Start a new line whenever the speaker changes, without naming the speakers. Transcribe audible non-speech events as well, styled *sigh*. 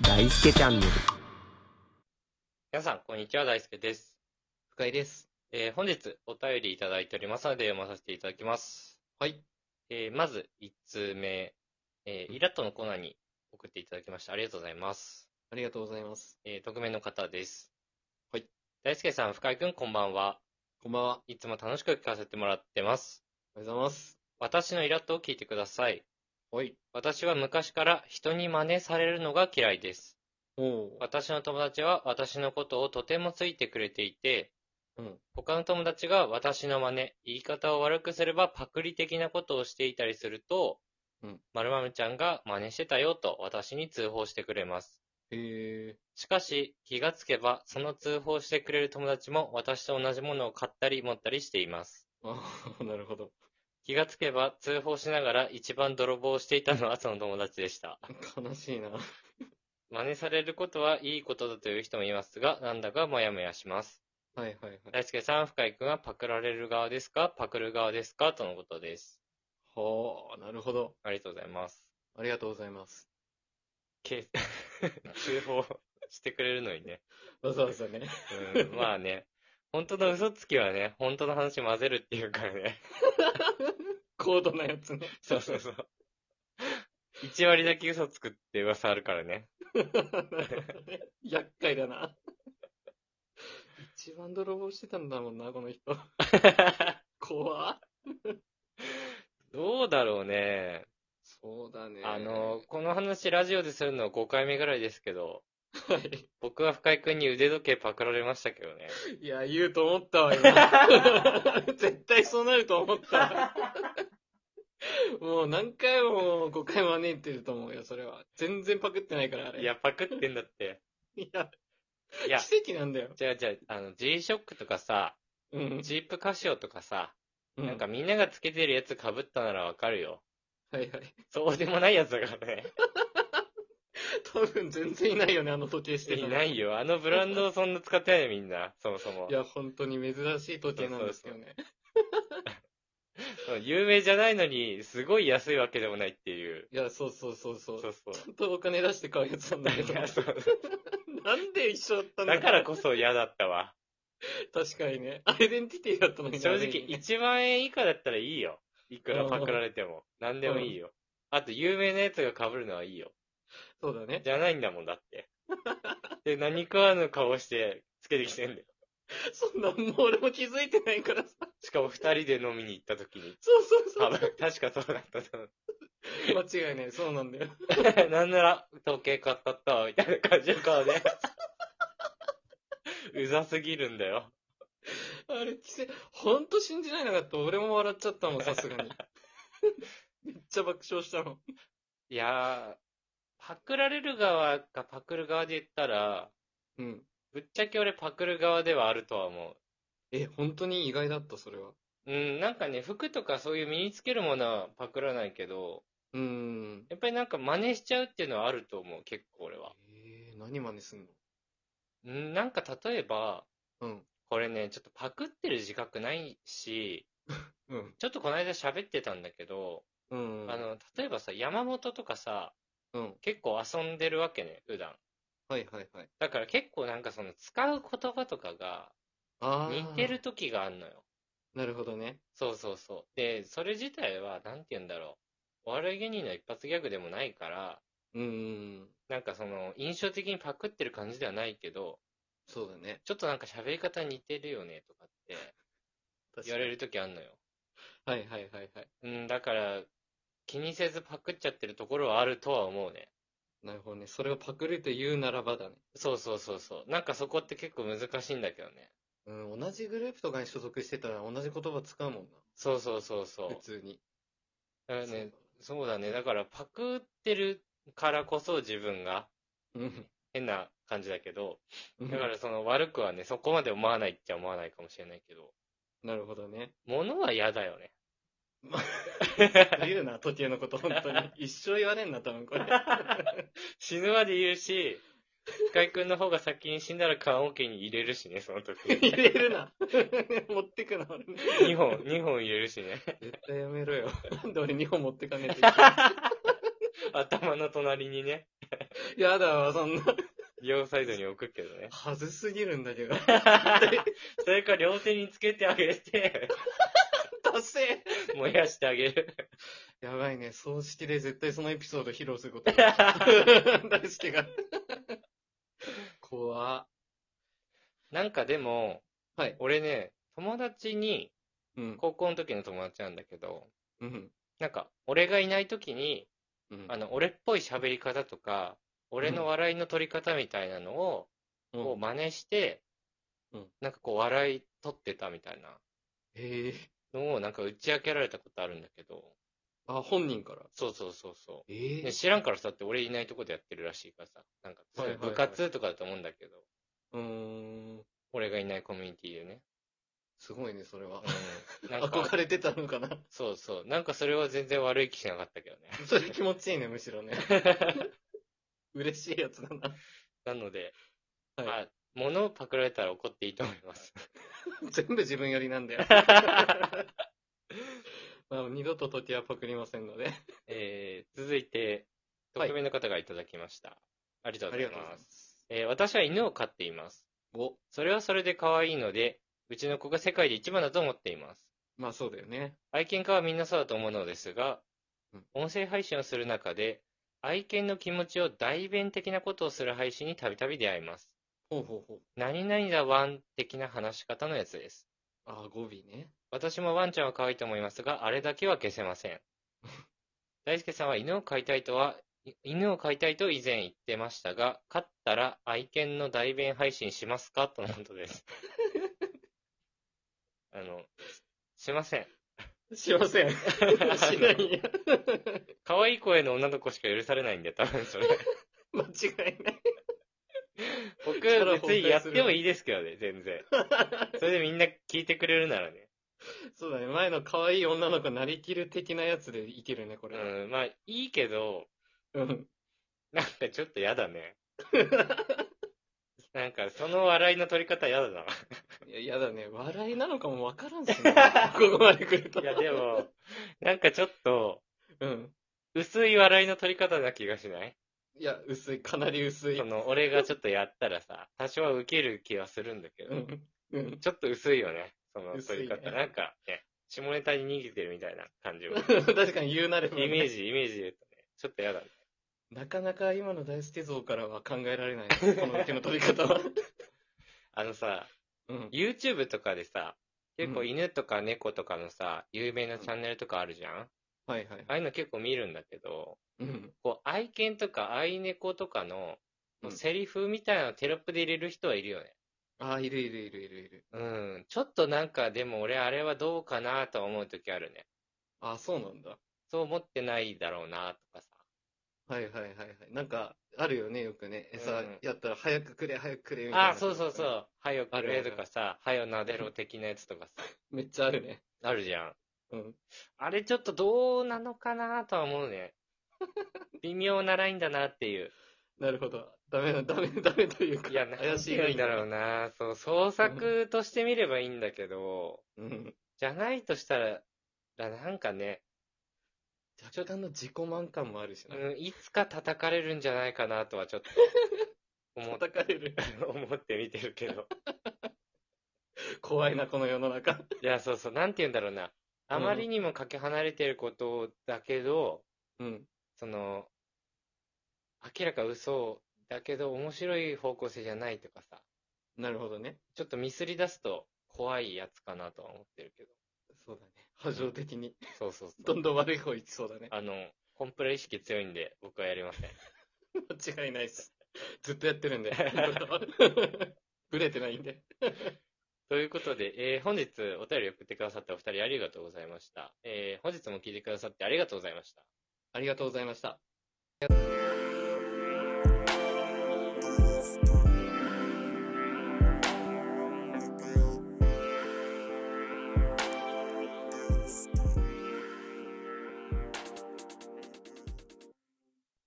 大輔チャンネル。
皆さん、こんにちは、大輔です。
深井です。
えー本日、お便りいただいておりますので、読まさせていただきます。
はい。
えーまず、1通目、えーイラットのコーナーに送っていただきました。ありがとうございます。
ありがとうございます。
えー匿名の方です。
はい。
大輔さん、深井くん、こんばんは。
こんばんは。あ
いつも楽しく聞かせてもらってます。
りがとうございます。
私のイラットを聞いてください。
はい。
私は昔から人に真似されるのが嫌いです。
おお。
私の友達は私のことをとてもついてくれていて、
うん
他の友達が私の真似、言い方を悪くすればパクリ的なことをしていたりすると、
うん
まるまるちゃんが真似してたよと私に通報してくれます。
へえ。
しかし、気がつけば、その通報してくれる友達も私と同じものを買ったり持ったりしています。
あ *laughs* なるほど。
気がつけば、通報しながら一番泥棒をしていたのはその友達でした。
悲しいな。
真似されることはいいことだという人もいますが、なんだかモヤモヤします。
はいはいはい。
大輔さん、深井君はパクられる側ですかパクる側ですかとのことです。
ほう、なるほど。
ありがとうございます。
ありがとうございます。
け通報してくれるのにね。
わざわざね。
*laughs* うん、まあね。本当の嘘つきはね、本当の話混ぜるっていうからね。
高度なやつね。
*laughs* そうそうそう。1割だけ嘘つくって噂あるからね。
*laughs* 厄介だな。一番泥棒してたんだもんな、
*laughs*
この人。怖っ
どうだろうね。
そうだね。
あの、、この話ラジオでするのは5回目ぐらいですけど、
はい。
僕は深井君に腕時計パクられましたけど *laughs* ね。
いや、言うと思ったわ、今。 *laughs* 絶対そうなると思った。 *laughs* もう何回も5回招いてると思うよ、それは。全然パクってないから、あれ。
いや、パクってんだって。
いや、
いや、
奇跡なんだよ。
じゃあじゃあ、あの、G-SHOCK とかさ、
うん。
*laughs* ジープカシオとかさ、
う
なんか、みんながつけてるやつ被ったならわかるよ。
はいはい。
そうでもないやつだ
*laughs*
からね。
多分全然いないよね、あの時計してる
い
の
ないよ。あのブランドをそんな使ってないよ、みんな。そもそも
い。や、本当に珍しい時計なんですよね。
うん有名じゃないのに、すごい安いわけでもないっていう。
いや、そうそうそうそう。
そう
本
そう。
当お金出して買うやつなんだけど。
いやそう
なんで一緒だったんだ
だからこそ嫌だったわ。
確かにね。アイデンティティだったのに。
正
あれ
直、
にね
1万円以下だったらいいよ。いくらパクられても。なんでもいいよ。あと、有名なやつが被るのはいいよ。
そうだね。
じゃないんだもん
*laughs*
だって。で、何食わぬ顔して、つけてきてんだよ。
そんな、もう俺も気づいてないからさ。
しかも二人で飲みに行った時に。
そうそうそ
多
う。
分、確かそうだったと思
間違いない、そうなんだよ。
う。 *laughs* なんなら、時計買ったったわ、みたいな感じの顔で。 *laughs* うざすぎるんだよ。
あれ、奇跡、ほんと信じられなかった。俺も笑っちゃったもん、さすがに。 *laughs* めっちゃ爆笑したの。
いやー、パクられる側かパクる側で言ったら、
うん。
ぶっちゃけ俺パクる側ではあるとは思
え、本当に意外だった、それは。
う。うん、なんかね、服とかそういう身につけるものはパクらないけど、
うーん。
やっぱりなんか真似しちゃうっていうのはあると思う、結構俺は。
えー、何真似すんの
うん、なんか例えば、
うん。
これね、ちょっとパクってる自覚ないし、
うん。
ちょっとこの間喋ってたんだけど、
うん。
あ、の、例えばさ、山本とかさ、
うん。
結構遊んでるわけね、普段。
はいはいはい。
だから結構なんかその使う言葉とかが
あ
似
ー
てる。時があんのよ。
なるほどね。
そうそうそう。で、それ自体は、なんて言うんだろう。お笑い芸人の一発ギャグでもないから、
うーん。
なんかその、印象的にパクってる感じではないけど、
そうだね。
ちょっとなんか喋り方似てるよね、とかって言われ
る。
る時あんのよ。
はいはいはいはい。
うん、だから、気にせずパクっちゃってるところはあるとは思うね。
なるほどね。それをパクると言うならばだね。
そうそうそうそう。なんかそこって結構難しいんだけどね。
うん、同じグループとかに所属してたら同じ言葉使うもん
そうそうそう
な。
そ
*laughs*
う。
普通に。
だからね、そうだね。だからパクってるからこそ自分が
うん。
変な感じだけど、
うん
だからその悪くはね、そこまで思わないっちゃ思わないかもしれないけど、
なるほどね。
物は嫌だよね。
言うな、時計のこと、本当 *laughs* に。一生言われんな、多 *laughs* 分これ。
死ぬまで言うし、深井君の方が先に死んだら棺桶に入れるしね、そ
*laughs*
の時。
入れるな。持ってくな、俺に。
2本、2本入れるしね。
絶対やめろよ。なんで俺2本持ってかねえといけない
頭の隣にね。
*laughs* やだわ、そんな。
両サイドに置くけどね。
はずすぎるんだ *laughs* けど。
それか両手につけてあげて、
達成
燃やしてあげる。
やばいね、葬式で絶対そのエピソード披露する *laughs* ことになる。大輔が。怖っ
なんかでも、
はい
俺ね、友達に、
うん。
高校の時の友達なんだけど、
うん。
なんか、俺がいない時に、
うん
あの、俺っぽい喋り方とか、俺の笑いの取り方みたいなのを、こう
うん
真似して
うん、
なんかこう笑い取ってたみたいな
へえ。
のを、なんか打ち明けられたことあるんだけど、
あ、本人から。
そうそうそうそう。
え
ね知らんからさって俺いないとこでやってるらしいからさ、なんか
はいはいはい
部活とかだと思うんだけど、
うーん。
俺がいないコミュニティでね。
すごいね、それは。
うん、なん
*laughs*
か、
憧れてたのかな。
そうそう。なんかそれは全然悪い気しなかったけどね。
それ気持ちいいね、むしろ *laughs* ね。嬉しいやつだな。
なので、
はい
まあ、物をパクられたら怒っていいと思います。
全部自分寄りなんだ *laughs* よ。まあ、二度と時はパクりませんので。
*laughs* えー、続い
は
て、
い
匿名の方がいただきました。ありがとう
あ
ご
り
ざい
がとうござい
ま。
ますす。
えー、私は犬を飼っています。
お、
それはそれで可愛いので、うちの子が世界で一番だと思っています。
まあそうだよね。
愛犬家はみんなそうだと思うのですが
うん、
音声配信をする中で、愛犬の気持ちを代弁的なことをする配信にたびたび出会います。
ほうほうほう。
何々だワン的な話し方のやつです。
ああ、語尾ね。
私もワンちゃんは可愛いと思いますが、あれだけは消せません。 *laughs* 大輔さんは犬を飼いたいとは、い犬を飼いたいと以前言ってましたが、飼ったら愛犬の代弁配信しますかとのことです。 *laughs* あの、しません。
しま *laughs* せん。し
*laughs*
ないや。
可愛い声の女の子しか許されないんで、多分
*laughs*
それ。
間違いない。
僕、
それは
別にやってもいいですけどね、
*laughs*
全然。それでみんな聞いてくれるならね。
そうだね。前の可愛い女の子なりきる的なやつでいけるね、これ。
うん、まあ、いいけど、
うん。
なんかちょっとやだね。
*laughs*
なんか、その笑いの取り方やだな。
いや、やだね。笑いなのかもわからんしね。 *laughs* ここまで来ると。
いや、でも、 *laughs* なんかちょっと、
うん。
薄い笑いの取り方な気がしない
いや、薄い。かなり薄い。
その、俺がちょっとやったらさ、多少はウケる気はするんだけど、
うん。うん。
ちょっと薄いよね、その取り
薄
方。
いね
なんか、ね、下ネタに逃げてるみたいな感
*laughs*
じを。
確かに言うなればね、
イメージ、イメージで言うとね、ちょっとやだね。
なかなか今の大輔像からは考えられない *laughs* ね、この手の取り方は。
あのさ、
うん。
YouTube とかでさ、結構
うん
犬とか猫とかのさ、有名なチャンネルとかあるじゃん、あ
はいはい。
あいうの結構見るんだけど、
うん。
こう、愛犬とか愛猫とかの、
うん
セリフみたいなのをテロップで入れる人はいるよね。
ああ、いるいるいるいるいる。
うん。ちょっとなんか、でも俺あれはどうかなとは思う時あるね。
ああ、そうなんだ。
そう思ってないだろうなとかさ。
はいはいはいはい。なんか、あるよね、よくね。
うん
餌やったら早くくれ、早くくれ、みたいな。
あ、そうそうそう。。はよくれとかさ、はよなでろ的なやつとかさ、
めっちゃあるね。
あるじゃん。
うん。
あれちょっとどうなのかなとは思う *laughs* ね。微妙なラインだなっていう。
なるほど。ダメだ、ダメ、 *laughs* ダメというか。
いや、
怪
怪
し
し
いが
い
い
ん
い
だろうな。そう、創作として見ればいいんだけど、
うん。
じゃないとしたら、らなんかね、
若干の自己満感もあるしな。
うん、いつか叩かれるんじゃないかなとはちょっと
*laughs*
思っ
叩かれる。
思って見てるけど。
怖いな、この世の中。
いや、そうそう、なんて言うんだろうな。あまりにもかけ離れてることだけど、
うん。
その、明らか嘘だけど面白い方向性じゃないとかさ、
なるほどね。
ちょっとミスり出すと怖いやつかなとは思ってるけど。
そうだね。波状的に。
そうそうそ
*laughs* ど
う。
んどん悪い方行きそう
*laughs*
だね。
あの、コンプラ意識強いんで僕はやりません。
間違いないです。ずっとやってるんで。 *laughs* ブレてないんで。
ということで、えー本日お便り送ってくださったお二人ありがとうございました。えー本日も聞いてくださってありがとうございました。
ありがとうございました。